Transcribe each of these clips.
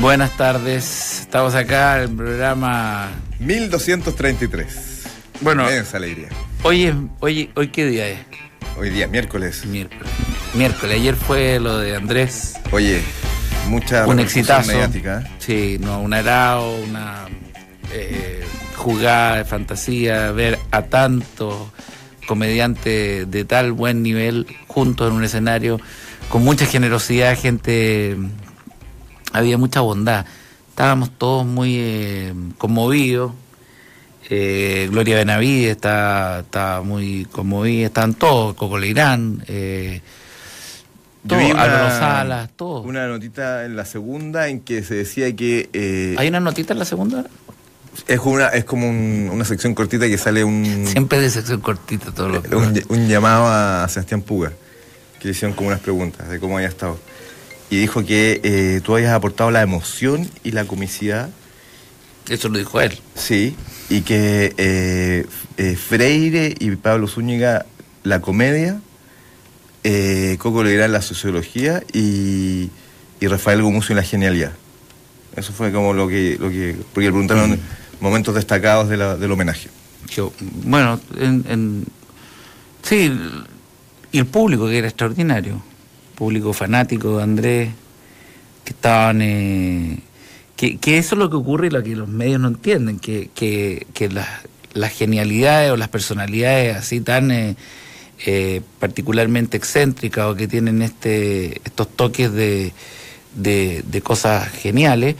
Buenas tardes, estamos acá en el programa. 1233. Bueno, Inmensa alegría. hoy, es, hoy, hoy qué día es? Hoy día, miércoles. Miércoles. Miércoles, ayer fue lo de Andrés, Oye, mucha un repercusión exitazo. mediática. ¿eh? Sí, no, un arao, una eh, jugada de fantasía, ver a tantos comediantes de tal buen nivel juntos en un escenario, con mucha generosidad, gente, había mucha bondad. Estábamos todos muy eh, conmovidos. Eh, Gloria Benavides está, está muy conmovida, están todos, Coco Leirán, eh, Yo todo, vi Álvaro Salas, todos. Una notita en la segunda en que se decía que eh, ¿Hay una notita en la segunda? es, como una, es como un- una sección cortita que sale un, Siempre de sección cortita todo lo que... Mm. Eh, un, un llamado a Sebastián Puga, que le hicieron como unas preguntas de cómo había estado. Y dijo que eh, tú habías aportado la emoción y la comicidad Eso lo dijo él. Sí, y que eh, eh, Freire y Pablo Zúñiga la comedia, eh, Coco Legrand la sociología y, y Rafael Gumucio la genialidad. Eso fue como lo que, lo que porque le preguntaron Mm. momentos destacados de la- del homenaje. Yo, bueno, en, en- sí, el- y el público que era extraordinario, público fanático de Andrés, que estaban... eh, que, que eso es lo que ocurre y lo que los medios no entienden, que, que, que las, las genialidades o las personalidades así tan eh, eh, particularmente excéntricas o que tienen este estos toques de, de, de cosas geniales,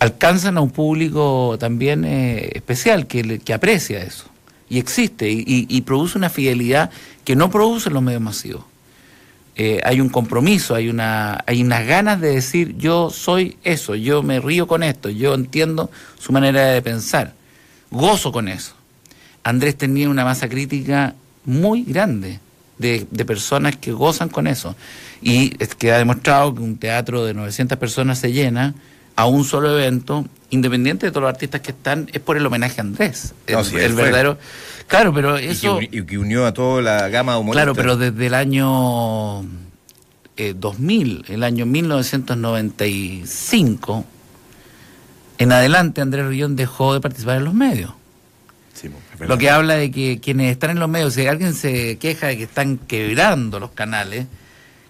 alcanzan a un público también eh, especial que, le- que aprecia eso. Y existe, y, y- y produce una fidelidad que no producen los medios masivos. Eh, hay un compromiso, hay, una, hay unas ganas de decir yo soy eso, yo me río con esto, yo entiendo su manera de pensar, gozo con eso. Andrés tenía una masa crítica muy grande de, de personas que gozan con eso. Y es que ha demostrado que un teatro de 900 personas se llena a un solo evento, independiente de todos los artistas que están, es por el homenaje a Andrés. No, el, sí, el él fue. verdadero. Claro, pero Y eso. que, uni- y que unió a toda la gama de Claro, humoristas. pero desde el año eh, 2000, el año 1995, en adelante Andrés Rillón dejó de participar en los medios. Sí, mo, es Lo verdad. que habla de que quienes están en los medios, si alguien se queja de que están quebrando los canales,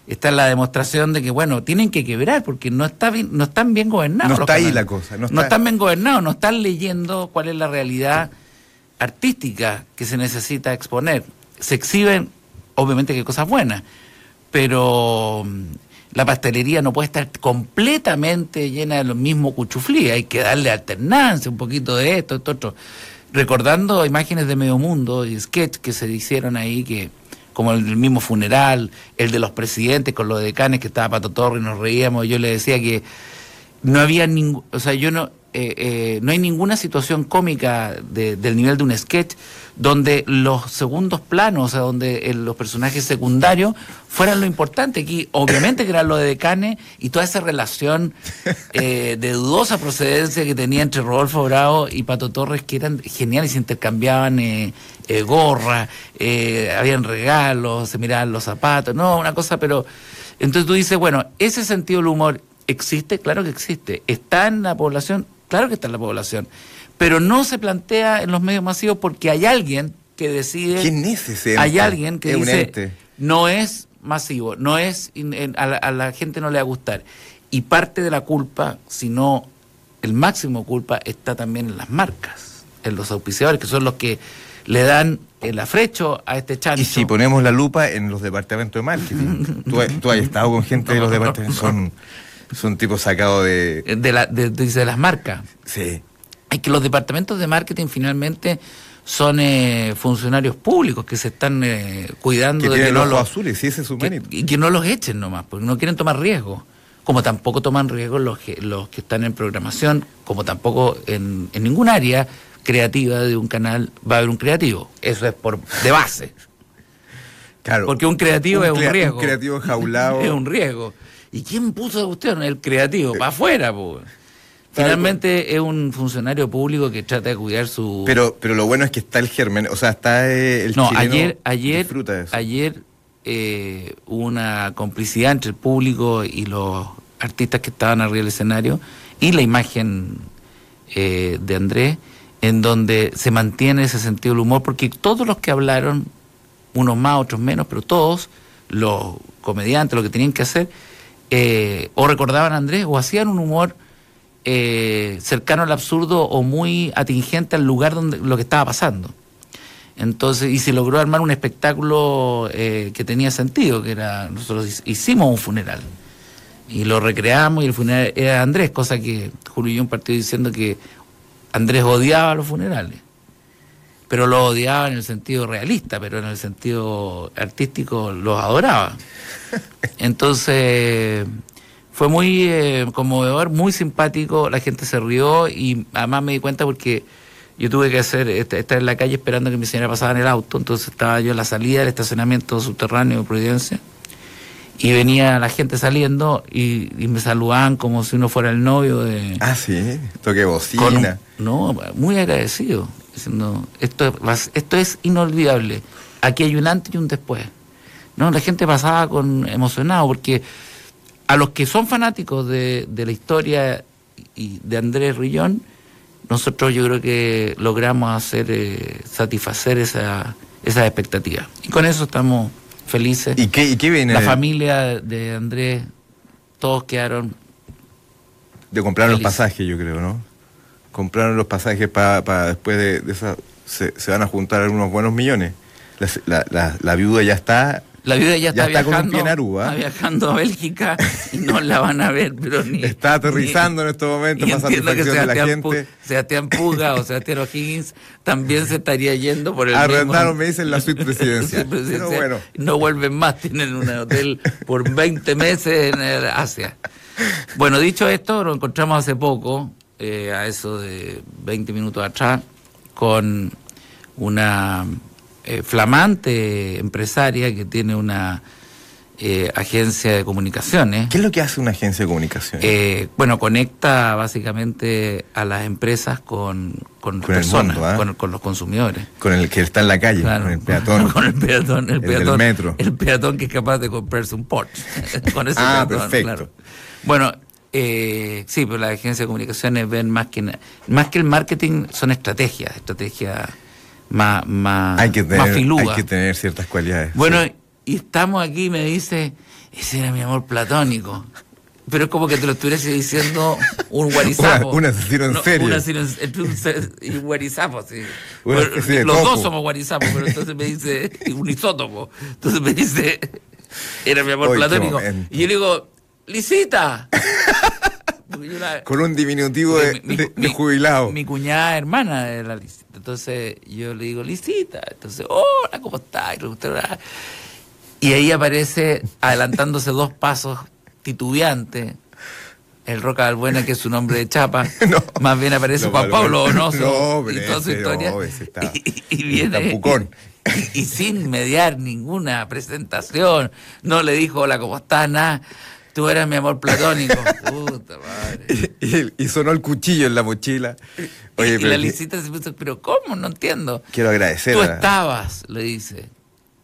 está la demostración de que, bueno, tienen que quebrar porque no, está bien- no están bien gobernados. No los está ahí canales. la cosa, no No, está- están bien gobernados, no están leyendo cuál es la realidad artística que se necesita exponer. Se exhiben, obviamente, que hay cosas buenas, pero mm, la pastelería no puede estar completamente llena de lo mismo cuchuflí, hay que darle alternancia, un poquito de esto, esto, otro. Recordando imágenes de medio mundo y sketch que se hicieron ahí, que como el del mismo funeral, el de los presidentes con los decanes, que estaba Pato Torre y nos reíamos, yo le decía que no había ningún, o sea, yo no, eh, eh, no hay ninguna situación cómica de- del nivel de un sketch donde los segundos planos, o sea, donde el- los personajes secundarios fueran lo importante. Aquí, obviamente, que era lo de Decane y toda esa relación eh, de dudosa procedencia que tenía entre Rodolfo Bravo y Pato Torres, que eran geniales, se intercambiaban eh, eh, gorra, eh, habían regalos, se miraban los zapatos, no, una cosa, pero. Entonces tú dices, bueno, ese sentido del humor existe, claro que existe. Está en la población, claro que está en la población. Pero no se plantea en los medios masivos porque hay alguien que decide. ¿Quién es ese? ente? Hay alguien que Es un dice ente. no es masivo, no es in- en- a, la, a la gente no le va a gustar. Y parte de la culpa, si no el máximo culpa, está también en las marcas, en los auspiciadores, que son los que le dan el afrecho a este chancho. Y si ponemos la lupa en los departamentos de marketing, tú, tú has estado con gente de los departamentos, son, son tipos sacados de... de, la- de- de- de las marcas. Sí. es que los departamentos de marketing finalmente son eh, funcionarios públicos que se están eh, cuidando Que de que tienen no los ojos los azules, sí, ese es su que- mérito. y que no los echen nomás, porque no quieren tomar riesgos. Como tampoco toman riesgos los que, los que están en programación, como tampoco en, en ningún área creativa de un canal va a haber un creativo. Eso es por de base. Claro. Porque un creativo es un crea- riesgo. Un creativo jaulado. es un riesgo. ¿Y quién puso esa cuestión? El creativo, para afuera, pues. Eh, Tal Finalmente es un funcionario público que trata de cuidar su... pero, pero lo bueno es que está el germen, o sea, está eh, el no, chileno ayer, ayer, disfruta de eso. ayer eh, hubo una complicidad entre el público y los artistas que estaban arriba del escenario y la imagen eh, de Andrés, en donde se mantiene ese sentido del humor, porque todos los que hablaron, unos más, otros menos, pero todos, los comediantes, lo que tenían que hacer, eh, o recordaban a Andrés, o hacían un humor eh, cercano al absurdo o muy atingente al lugar donde lo que estaba pasando. Entonces, y se logró armar un espectáculo eh, que tenía sentido, que era, nosotros hicimos un funeral y lo recreamos y el funeral era Andrés, cosa que Julio y yo partido diciendo que Andrés odiaba los funerales, pero lo odiaba en el sentido realista, pero en el sentido artístico los adoraba. Entonces, fue muy eh, conmovedor, muy simpático, la gente se rió y además me di cuenta porque yo tuve que hacer este, estar en la calle esperando que mi señora pasara en el auto, entonces estaba yo en la salida del estacionamiento subterráneo de Providencia y venía la gente saliendo y, y, me saludaban como si uno fuera el novio de... Ah, sí, toque bocina. Un, no, muy agradecido, diciendo, esto, esto es inolvidable, aquí hay un antes y un después. No, la gente pasaba con emocionado porque a los que son fanáticos de, de la historia y de Andrés Rillón, nosotros yo creo que logramos hacer eh, satisfacer esa, esas expectativas. Y con eso estamos felices. ¿Y qué, y qué viene? La familia de Andrés, todos quedaron. De comprar los pasajes, yo creo, ¿no? Compraron los pasajes para pa después de, de esa. Se, se, van a juntar algunos buenos millones. La, la, la, la viuda ya está. La viuda ya, ya está, está, viajando, con Aruba. Está viajando a Bélgica y no la van a ver, pero ni. Está aterrizando ni, en estos momentos, más entiendo que de la gente. Sebastián Puga o Sebastián O'Higgins también se estaría yendo por el. Arrendaron, me dicen, la suite presidencial. pero bueno. No vuelven más, tienen un hotel por 20 meses en Asia. Bueno, dicho esto, lo encontramos hace poco, eh, a eso de 20 minutos atrás, con una eh, flamante empresaria que tiene una eh, agencia de comunicaciones. ¿Qué es lo que hace una agencia de comunicaciones? Eh, bueno, conecta básicamente a las empresas con, con, con personas, el mundo, con, con, los consumidores. Con el que está en la calle, Claro, con el peatón. Con el peatón, el, El del peatón, metro. el peatón que es capaz de comprarse un Porsche. con ese Ah, peatón, perfecto. claro. Bueno, eh, sí, pero las agencias de comunicaciones ven más que na- más que el marketing son estrategias, estrategias más más, hay, que más tener, filúas. hay que tener ciertas cualidades. Bueno, y estamos aquí, me dice, ese era mi amor platónico. Pero es como que te lo estuviese diciendo un guarizapo. Un asesino en No, serie. Un asesino en serie. Un se- y un guarizapo, sí. Una Bueno, especie de los topo. dos somos guarizapos, pero entonces me dice, y un isótopo. Entonces me dice, era mi amor Oy, qué platónico. momento. Y yo le digo, Lisita. Porque yo la- Con un diminutivo de, mi- mi- de- de mi- jubilado. Mi cuñada hermana de la Lisita. Entonces yo le digo, Lisita. Entonces, hola, ¿cómo estás? Y le gusta hablar. Y ahí aparece, adelantándose dos pasos, titubeante, el Roca Balbuena, que es su nombre de chapa. No. Más bien aparece No, Juan Pablo Balbuena. Donoso No, y pero toda su ese historia. no, ese está- y, y- y está viene. pucón. Y, y sin mediar ninguna presentación, no le dijo, hola, ¿cómo estás? Nada. Tú eras mi amor platónico. Puta madre. Y, y sonó el cuchillo en la mochila. Oye, y pero la que- licita se puso, pero ¿cómo? No entiendo. quiero agradecer. Tú a- estabas, le dice.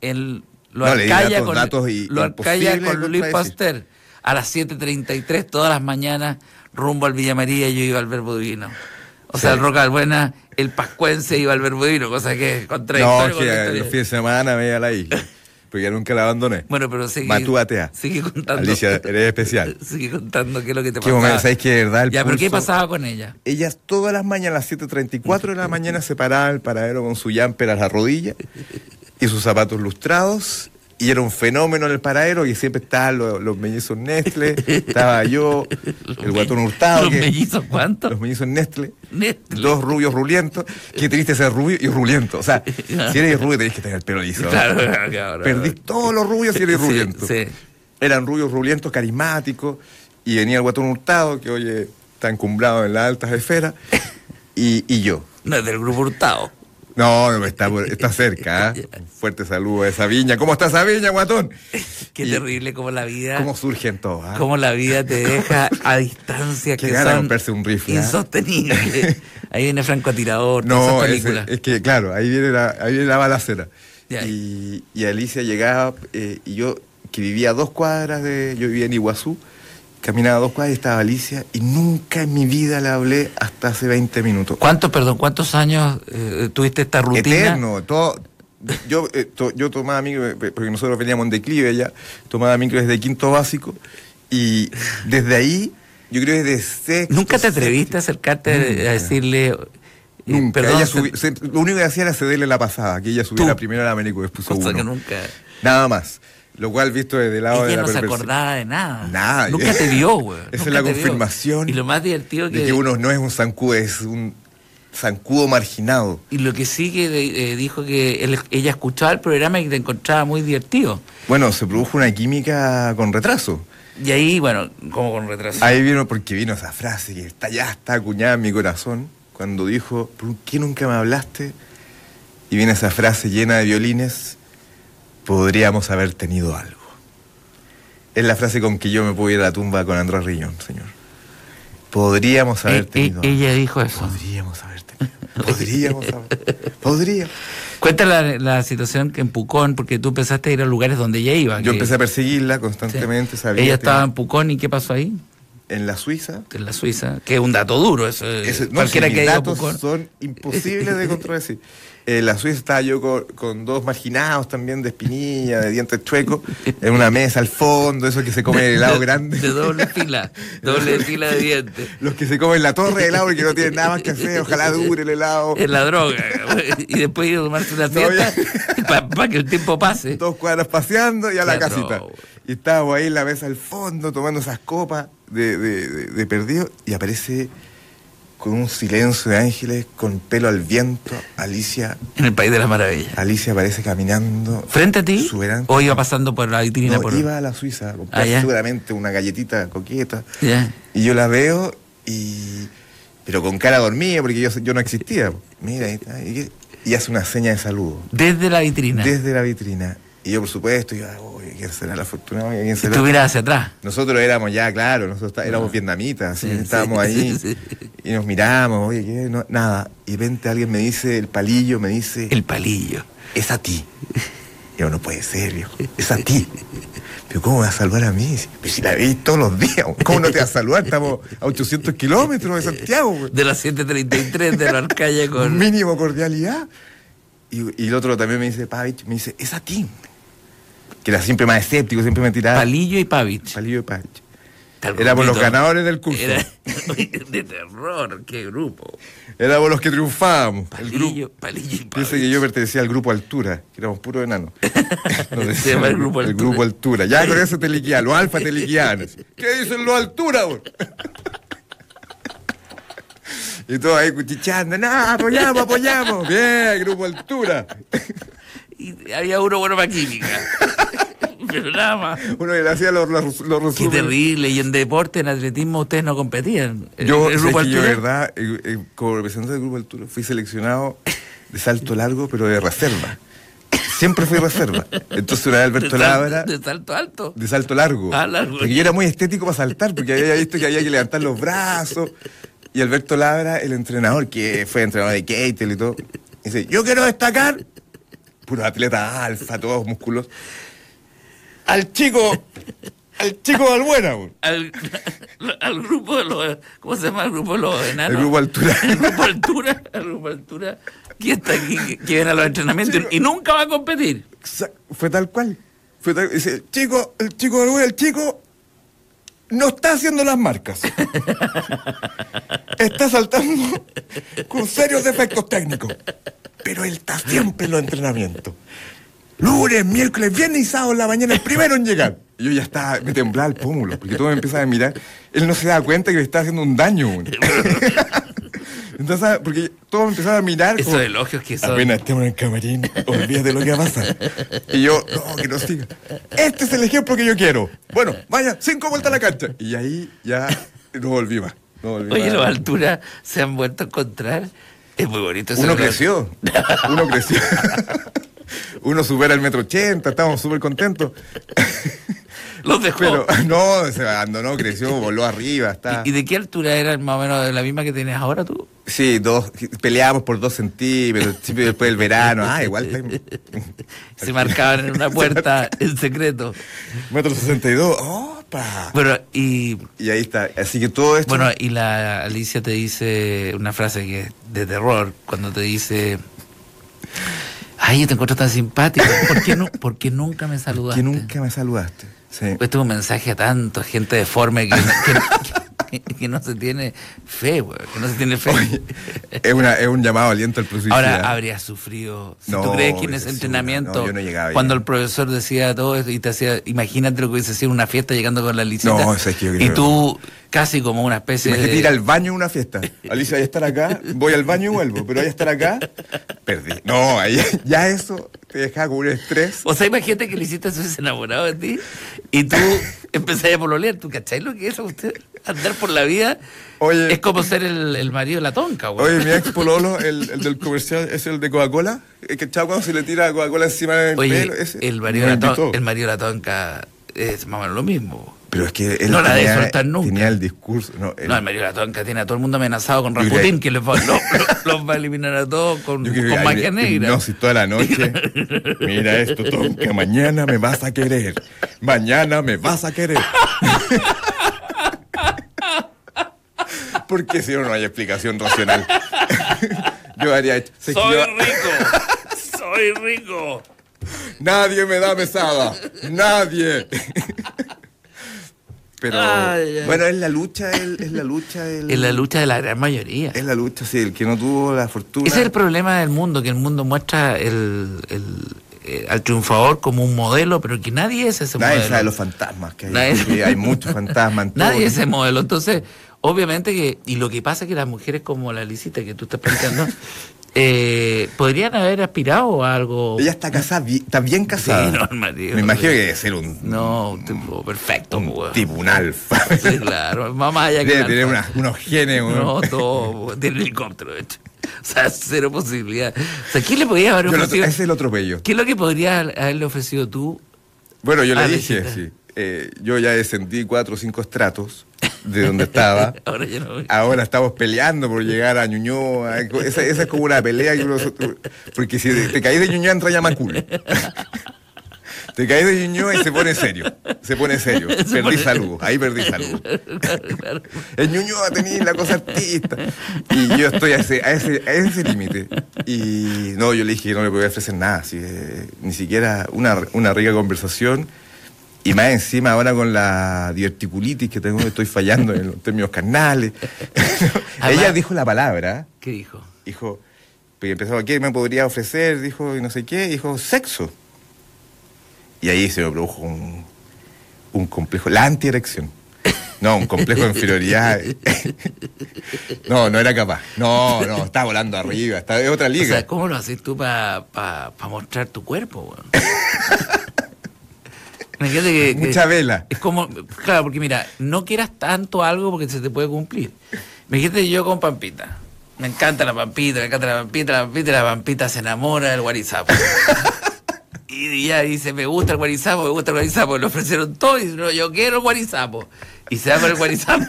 en lo No, le di arcaya datos- con, datos y- lo arcaya imposible con Luis contradecir. Pasteur. A las 7.33 todas las mañanas, rumbo al Villa María, yo iba al Verbo Divino. O sea, Sí. el Roca Buena, el Pascuense iba al Verbo Divino, cosa que es contradictorio. No, eh, con la que historia. los fines de semana me iba a la isla. Pero ya nunca la abandoné. Bueno, pero sigue, Matúbatea. sigue contando. Alicia, eres especial. Sigue contando qué es lo que te Qué pasaba. momento, ¿sabes qué? de verdad? El ya, pero ¿qué pulso- pasaba con ella? Ella todas las mañanas, a las 7.34 de la mañana, se paraba en el paradero con su jumper a la rodilla y sus zapatos lustrados. Y era un fenómeno en el paradero y siempre estaban los, los mellizos Nestlé, estaba yo, el guatón hurtado. ¿Los que- mellizos cuántos? Los mellizos Nestlé. Nestlé. Dos rubios rulientos. Qué triste ser rubio y ruliento. O sea, si eres rubio tenés que tener el pelo liso. ¿no? Claro, claro, claro. Perdí todos los rubios y eres Sí, ruliento. sí. Eran rubios rulientos, carismáticos, y venía el guatón hurtado, que oye, está encumbrado en las altas esferas, y, y yo. No, es del grupo Hurtado. No, no, está, por- está cerca. ¿ah? Un fuerte saludo a esa viña. ¿Cómo está esa viña, guatón? Qué Y- terrible como la vida. ¿Cómo surgen todos? ah? cómo la vida te deja a distancia Qué que gana son comprarse un rifle, ¿ah? insostenibles. Ahí viene Franco Atirador, No, todas esas ese- películas. es que claro, ahí viene la, ahí viene la balacera. Ya. Y, y Alicia llegaba, eh, y yo, que vivía a dos cuadras de. Yo vivía en Iguazú, Caminaba dos cuadras y estaba Alicia y nunca en mi vida la hablé hasta hace 20 minutos. ¿Cuántos, perdón, cuántos años eh, tuviste esta rutina? Eterno, todo. Yo, eh, to- yo tomaba micro, eh, porque nosotros veníamos en declive ya, tomaba micro desde quinto básico y desde ahí, yo creo que desde sexto, ¿Nunca te atreviste a acercarte Nunca. a decirle, eh, Nunca. perdón, Ella se- subi- se- lo único que hacía era cederle la pasada, que ella subiera Tú. primero a la América y después puso cosa uno. que nunca... Nada más. Lo cual visto desde el lado de Ella la no se perversidad. acordaba de nada. Nada. Nunca te vio, güey. Esa es Nunca la te vio. confirmación Y lo más divertido De que... que uno no es un zancudo, es un zancudo marginado. Y lo que sí que de- eh, dijo que él- ella escuchaba el programa y te encontraba muy divertido. Bueno, se produjo una química con retraso. Y ahí, bueno, como con retraso. Ahí vino, porque vino esa frase que está, ya está acuñada en mi corazón, cuando dijo, ¿por qué nunca me hablaste? Y viene esa frase llena de violines, podríamos haber tenido algo. Es la frase con que yo me pude ir a la tumba con Andrés Riñón, señor. Podríamos haber Eh, eh, tenido algo. ella dijo eso. Podríamos haber tenido. Podríamos haber. Podríamos. Cuenta la, la situación que en Pucón, porque tú empezaste a ir a lugares donde ella iba. Yo que- empecé a perseguirla sí. constantemente, sabía. Ella que estaba en Pucón y ¿qué pasó ahí? en la Suiza. En la Suiza. Que es un dato duro eso. eh, Eso- no, cualquiera si que mis haya ido a datos Pucón. son imposibles de contradecir. En la Suiza estaba yo con, con dos marginados también de espinilla, de dientes chuecos, en una mesa al fondo, esos que se comen el helado grande. De doble fila. Doble fila de dientes. Los que se comen la torre de helado porque no tienen nada más que hacer, ojalá dure el helado. Es la droga. y después ir a tomarse una No, siesta para que el tiempo pase. Dos cuadras paseando y a la Teatro. casita. Y estábamos ahí en la mesa al fondo tomando esas copas de, de- de- de perdido y aparece con un silencio de ángeles, con pelo al viento, Alicia. En el País de las Maravillas. Alicia aparece caminando. ¿Frente a ti? Soberano. ¿O iba pasando por la vitrina? No, por... iba a la Suiza a comprar Ah, ya. seguramente una galletita coqueta. Ya. Y yo la veo y... Pero con cara dormida porque yo, yo no existía. Mira, ahí está, y, qué- y hace una seña de saludo. Desde la vitrina. Desde la vitrina. Y yo, por supuesto, yo, "Ah, oye, ¿quién será la fortuna? Oye, ¿quién será? Tú miras hacia atrás. Nosotros éramos ya, claro, nosotros está- éramos vietnamitas, así Sí, que estábamos sí, ahí sí, y nos miramos, oye, ¿qué? No, nada. Y de repente alguien me dice, el palillo me dice, El palillo. es a ti. Y Yo, no puede ser, viejo. Es a ti. Pero ¿cómo me vas a saludar a mí? Pero si la veis todos los días, ¿cómo no te vas a saludar? Estamos a 800 kilómetros de Santiago, güey. De las 7.33 de la Arcaya con... Mínimo cordialidad. Y, y el otro también me dice, Pavich, me dice, es a ti. Que era siempre más escéptico, siempre me tiraba. Palillo y Pavich. Palillo de Pavich. Tal Éramos los grupito. ganadores del curso. Era- De terror, qué grupo. Éramos los que triunfábamos. El grupo. Palillo, palillo y Pavich. Dice que yo pertenecía al grupo Altura, que éramos puros enanos. Nos Se decían llama el grupo el Altura. grupo Altura. Ya con eso te liquidan, los alfa te liquidan. ¿Qué dicen los Altura, bro? Y todos ahí cuchicheando, no, apoyamos, apoyamos. Bien, grupo Altura. Y había uno bueno para química. Pero nada más. Uno que le hacía los, los, los Qué resúmenes. terrible. Y en deporte, en atletismo, ustedes no competían. El- Yo, el sé grupo que yo, altura- verdad, eh, eh, como representante del Grupo Altura, fui seleccionado de salto largo, pero de reserva. Siempre fui reserva. Entonces una vez de, Alberto Labra, sal- de salto alto. de salto largo. Ah, largo. Porque yo era muy estético para saltar, porque había visto que había que levantar los brazos. Y Alberto Labra, el entrenador, que fue entrenador de Keitel y todo, dice, yo quiero destacar, puros atletas alfa, todos músculos, al chico, al chico Balbuena, güey. Al, al grupo de los. ¿Cómo se llama el grupo de los enanos? el grupo Altura. El grupo altura. El grupo altura. Que está aquí, que, que viene a los entrenamientos y nunca va a competir. Exact- Fue tal cual. Fue tal- dice, el chico, el chico del güey, el chico no está haciendo las marcas. está saltando con serios defectos técnicos. Pero él está siempre en los entrenamientos. Lunes, miércoles, viernes y sábado en la mañana, el primero en llegar. Y Yo ya estaba, me temblaba el pómulo, porque todo me empezaba a mirar. Él no se daba cuenta que le estaba haciendo un daño. güey. Entonces, ¿sabes? porque todos me empezaban a mirar. como- Esos elogios que son. Apenas estemos en el camarín, olvídate lo que va a pasar. Y yo, no, que no siga. Este es el ejemplo que yo quiero. Bueno, vaya, cinco vueltas a la cancha. Y ahí ya no volví más. No volví Oye, más. los alturas se han vuelto a encontrar. Es muy bonito ese Uno lugar. creció. Uno creció. Uno supera el metro ochenta, estamos súper contentos. Los dejó. Pero no, se abandonó, creció, voló arriba, está. ¿Y, y de qué altura era más o menos de la misma que tienes ahora tú? Sí, dos, peleábamos por dos centímetros, siempre después del verano. Ah, igual. Se marcaban en una puerta en secreto. Metro 62. ¡Opa! Bueno, y Y ahí está. Así que todo esto. bueno, y la Alicia te dice una frase que es de terror, cuando te dice Ay, yo te encuentro tan simpático. ¿Por qué, no, por qué nunca me saludaste? que nunca me saludaste. Sí. Este es un mensaje a tanto, gente deforme que, que- que- que no se tiene fe, güey, que no se tiene fe. Oye, es, una, es un llamado aliento al ¿eh? suicidio. este, Ahora habrías sufrido. Si tú No, crees que en ese hubiese sido- entrenamiento, no, yo no llegaba cuando bien. el profesor decía todo esto y te hacía, imagínate lo que hubiese sido una fiesta llegando con la licita. No, eso es que yo creo Y que tú casi como una especie Imagínate ir de. al baño en una fiesta. Alicia, voy a estar acá, voy al baño y vuelvo, pero voy a estar acá, perdí. No, ahí, ya eso te dejaba con un estrés. O sea, imagínate que Licita se hubiese enamorado de ti y tú empezaste a pololear. ¿Tú cacháis lo que es a usted? Andar por la vida Oye. es como ser el, el marido de la tonca, güey. Oye, mi ex pololo, el, el del comercial, es el de Coca-Cola. El que chavo cuando se le tira Coca-Cola encima del Oye, pelo. ese. el marido, de Me la ton- invitó. el marido de la tonca es más o menos lo mismo. Pero es que él No la debe tenía- soltar nunca. tenía el discurso. No, él- No, el marido de la tonca tiene a todo el mundo amenazado con Yo creo- Rasputín, que los va, lo- lo- los va a eliminar a todos con, Yo creo que con hay magia una negra. hipnosis toda la noche. Mira esto, tonca, mañana me vas a querer. Mañana me vas a querer. Porque si no, no hay explicación racional. yo haría esto. Sé que Soy yo- rico, soy rico. Nadie me da mesada. Nadie. Pero Ay, ay. bueno, es la lucha, el- es, la lucha del- Es la lucha de la gran mayoría. Es la lucha, sí, el que no tuvo la fortuna. Ese es el problema del mundo, que el mundo muestra el, el- eh, al triunfador como un modelo, pero que nadie es ese Nadie modelo. sabe los fantasmas que hay. Nadie- Sí, hay muchos fantasmas. en todo Nadie el es ese modelo. Entonces, obviamente que. Y lo que pasa es que las mujeres como la Lisita que tú estás planteando, eh, podrían haber aspirado a algo. Ella está casada, bi- está bien casada. Sí, no, el marido. Me imagino que debe ser un, No, un tipo perfecto, un weón. tipo, un alfa. Sí, claro, más allá que Debe un tener alfa. una- unos genes. weón. No, todo, weón, tiene helicóptero, de hecho. O sea, cero posibilidad. O sea, ¿qué le podías haber Yo lo- ofrecido? ese es el atropello. ¿Qué es lo que podrías haberle ofrecido tú? Bueno, yo le Ah, dije, visita. sí. eh, yo ya descendí cuatro o cinco estratos de donde estaba. Ahora ya no. Ahora estamos peleando por llegar a Ñuñoa. Esa, esa es como una pelea que nosotros. Porque si te caes de Ñuñoa, entra Yamacul. Te caes de Ñuñoa y se pone serio. Se pone serio. Perdí salud. Ahí perdí salud. En Ñuñoa tenía la cosa artista. Y yo estoy a ese, a ese, a ese límite. Y no, yo le dije que no le podía ofrecer nada. así, eh, ni siquiera una, una rica conversación. Y más encima ahora con la diverticulitis que tengo, estoy fallando en los términos carnales. Ella Además- dijo la palabra, ¿Qué dijo? dijo, y empezaba, ¿qué me podría ofrecer? Dijo, y no sé qué, dijo, sexo. Y ahí se me produjo un, un complejo, la antierección. No, un complejo de inferioridad. No, no era capaz. No, no, está volando arriba, está de otra O liga. sea, ¿cómo lo haces tú para mostrar tu cuerpo, weón? Imagínate que- que- Mucha vela. Es como, claro, porque mira, no quieras tanto algo porque se te puede cumplir. Me dijiste yo con Pampita. Me encanta la Pampita, me encanta la Pampita, la Pampita, la Pampita se enamora del guarizapo. y ya dice, me gusta el guarizapo, me gusta el guarizapo. Le ofrecieron todo y dice, no, yo quiero el guarizapo. Y se va con el guarizapo.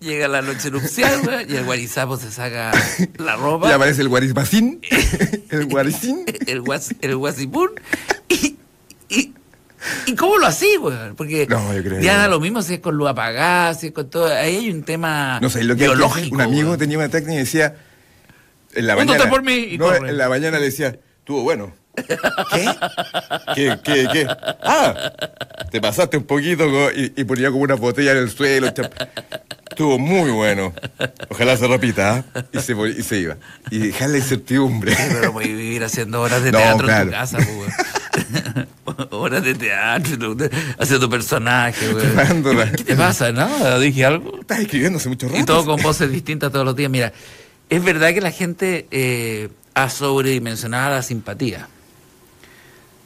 Llega la noche nupcial güey, y el guarizapo se saca la ropa Y aparece el guarismacín, el guaricín. el, guas, el guasipún. Y, y, ¿Y cómo lo así, weón? Porque No, yo creo ya que- da lo mismo si es con luz apagada, si es con todo. Ahí hay un tema No sé, lo que biológico. un amigo weón. tenía una técnica y decía en la Un mañana doctor por mí y no, corre. en la mañana le decía, "Estuvo bueno." ¿Qué? ¿Qué qué qué? Ah, te pasaste un poquito co- y, y ponía como una botella en el suelo. chap. Estuvo muy bueno. Ojalá se repita, ¿ah? y, se, vol- y se iba. Y dejar la incertidumbre. Sí, Pero voy a vivir haciendo horas de No, teatro en claro. tu casa, pues, weón. horas de teatro, tú- haciendo personajes, weón. Preparándola. ¿Qué te pasa? Nada, dije algo. Estás escribiendo hace mucho rato. Y todo con voces distintas todos los días. Mira, es verdad que la gente eh, ha sobredimensionado la simpatía.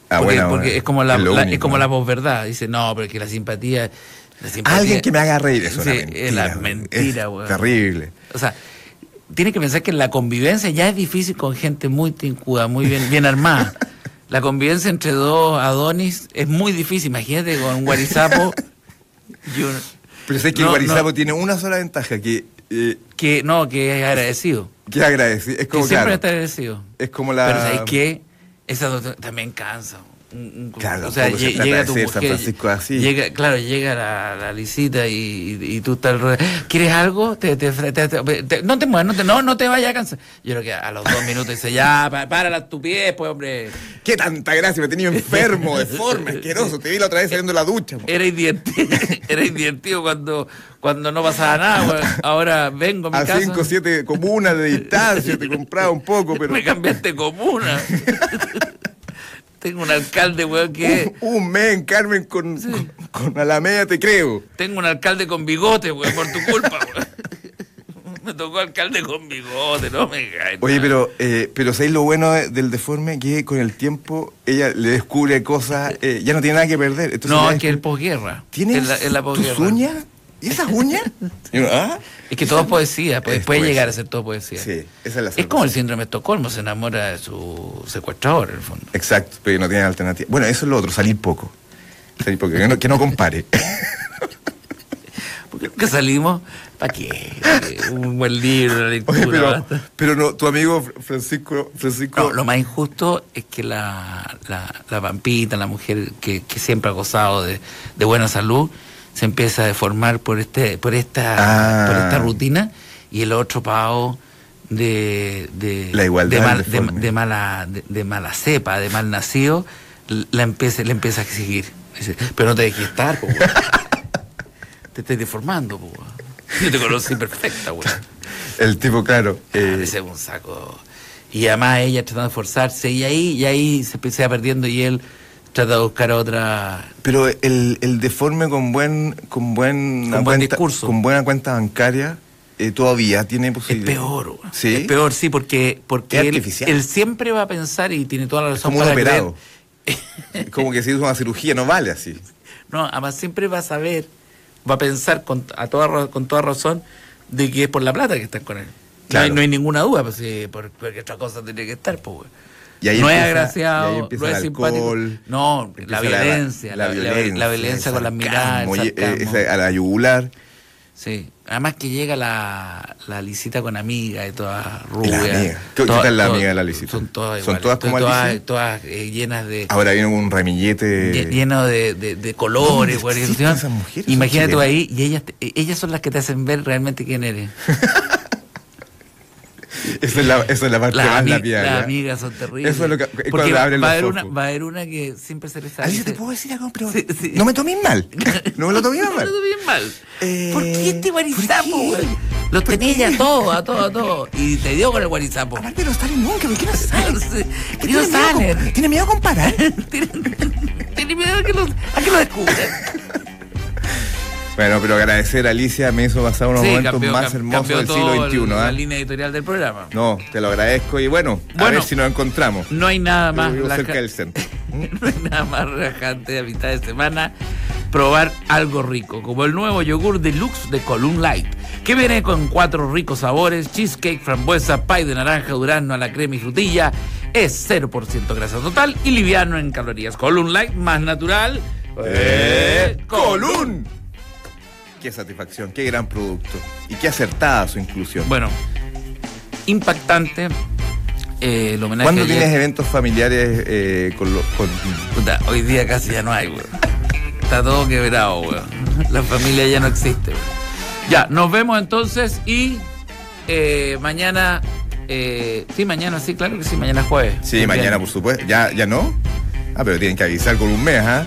Ah, porque bueno, porque bueno. es como la, lo la- es único. como la posverdad. Dice, no, pero que la simpatía, la simpatía- Alguien que me haga reír, eso Sí, es una mentira. Es la mentira, es weón. Terrible. O sea, tienes que pensar que la convivencia ya es difícil con gente muy tincuda, muy bien, bien armada. La convivencia entre dos Adonis es muy difícil. Imagínate con un guarizapo y un- Pero sé que No, el guarizapo no. tiene una sola ventaja, que eh, Que no, que es agradecido. qué agradecido. Es Que como, siempre claro, está agradecido. es como la... Pero ¿sabes qué? Esa doctora también cansa. Un- un- Claro, o sea, tampoco se lle- trata llega de tu ser mujer, San Francisco así. Llega, claro, llega la, la lisita y, y- y tú estás alrededor. ¿Quieres algo? Te- te- te- te- te- no te muevas, no te, no, no te vayas a cansar. Yo creo que a los dos minutos dice, ya, pa- para la estupidez, pues hombre. Qué tanta gracia, me he tenido enfermo, deforme, asqueroso. Te vi la otra vez saliendo de la ducha. po. Era divertido, era divertido cuando, cuando no pasaba nada. weón. Ahora vengo a mi A casa. 5 o 7 comunas de distancia, te compraba un poco, pero Me cambiaste comuna. Tengo un alcalde, weón, que... un, un mes en Carmen con, con, con Alameda te creo. Tengo un alcalde con bigote, güey, por tu culpa, güey. Me tocó alcalde con bigote, no me caes. Oye, pero, eh, pero ¿sabéis lo bueno de- del deforme? Que con el tiempo ella le descubre cosas, eh, ya no tiene nada que perder. Entonces No, ya es que el descubre- posguerra. ¿Tienes En la- en la tus posguerra. uñas? ¿Y esas uñas? Y uno, ¿Ah? Es que todo es poesía, pues, Es puede poesía. llegar a ser todo poesía. Sí, esa es la Es como el salvación. síndrome de Estocolmo, se enamora de su secuestrador, en el fondo. Exacto, pero no tiene alternativa. Bueno, eso es lo otro, salir poco. Salir poco, que no, que no compare. ¿Por qué nunca salimos? ¿Para qué? Un buen libro, una lectura. Oye, pero, basta. pero no, tu amigo Fr- Francisco, Francisco No, lo más injusto es que la, la, la vampita, la mujer que, que siempre ha gozado de, de buena salud, se empieza a deformar por este, por esta, Ah. por esta rutina, y el otro pavo de, de, La igualdad de, del de- deforme. de mala, de, de mala cepa, de mal nacido, la empieza, le empieza a exigir. Dice, pero no te dejes estar, po, weón. te estás deformando, po, weón. Yo te conocí perfecta, weón. el tipo, claro. eh, Ah, ese es un saco. Y además ella tratando de forzarse y ahí, y ahí se empieza perdiendo y él trata de buscar otra... pero el, el deforme con buen con buen Con buen discurso. con buena cuenta bancaria eh, todavía tiene Es posibilidad. peor, güey. Sí. Es peor, sí, porque, porque Es él, artificial. él siempre va a pensar y tiene toda la razón como un para operado. creer- Es como que se hizo una cirugía, no vale así. No, además siempre va a saber, va a pensar con, a toda, ra- con toda razón de que es por la plata que están con él. No, hay, Claro. no hay ninguna duda, pues, sí, por- porque otra cosa tiene que estar, pues, güey. Y ahí no empieza- es y ahí agraciado, empieza no es el simpático. alcohol, No, la empieza violencia, la, la- la violencia, el con las miradas, sarcasmo, el y- eh, sarcasmo. esa- a la yugular. Sí, además que llega la, la lisita con amiga y todas Y la rubias. amiga. ¿Qué- qué Todas- tal la todas- amiga de la lisita? Son todas ¿Son iguales. todas como todas, Alicia? Ah, todas, eh, llenas de, Ahora viene un ramillete. lle- lleno de, de- de colores. ¿Dónde güey, existen ¿no? esas mujeres? Imagínate tú Son ahí y ellas, te- eh, ellas son las que te hacen ver realmente quién eres. Esa es la, esa es la parte Las más ami- lapidaria. las amigas son terribles. Eso es lo que- es Porque cuando va, abren va a los haber una, ojos. va a haber una que siempre se les Alicia, sale- ¿te puedo decir algo? Pero Sí, sí. No me tomes mal. No me lo tomes mal. No lo vi mal. Eh, ¿Por qué este guarizapo, ¿por qué? güey? Los tenía ya a todos, a todos, a todos. Y te dio con el guarizapo. Aparte no sale nunca, ¿por qué no sale? Sí. ¿Qué Y no tiene miedo salen. comp- ¿Tiene miedo a comparar? Tienen- Tienen miedo a que, los, a que lo descubran. Bueno, pero agradecer a Alicia me hizo pasar unos momentos cambió- más cam- hermosos cambió del todo siglo XXI. La ¿ah? línea editorial del programa. No, te lo agradezco y bueno, a Bueno. ver si nos encontramos. No hay nada más. Yo vivo relaja- cerca del centro. No hay nada más relajante a mitad de semana probar algo rico, como el nuevo yogur deluxe de Column Light, que viene con cuatro ricos sabores, cheesecake, frambuesa, pie de naranja, durazno a la crema y frutilla. Es 0% grasa total y liviano en calorías. Column Light más natural. ¡Eh, Column. Colún! Qué satisfacción, qué gran producto y qué acertada su inclusión. Bueno, impactante eh, el homenaje. ¿Cuándo ayer. tienes eventos familiares eh, con, lo- con- Puta, hoy día casi ya no hay, weón. Está todo quebrado, weón. La familia ya no existe, weón. Ya, nos vemos entonces y eh, mañana. eh, sí, mañana, sí, claro que sí, mañana es jueves. Sí, mañana por supuesto. ¿Ya, ¿Ya no? Ah, pero tienen que avisar con un mes, ¿ah?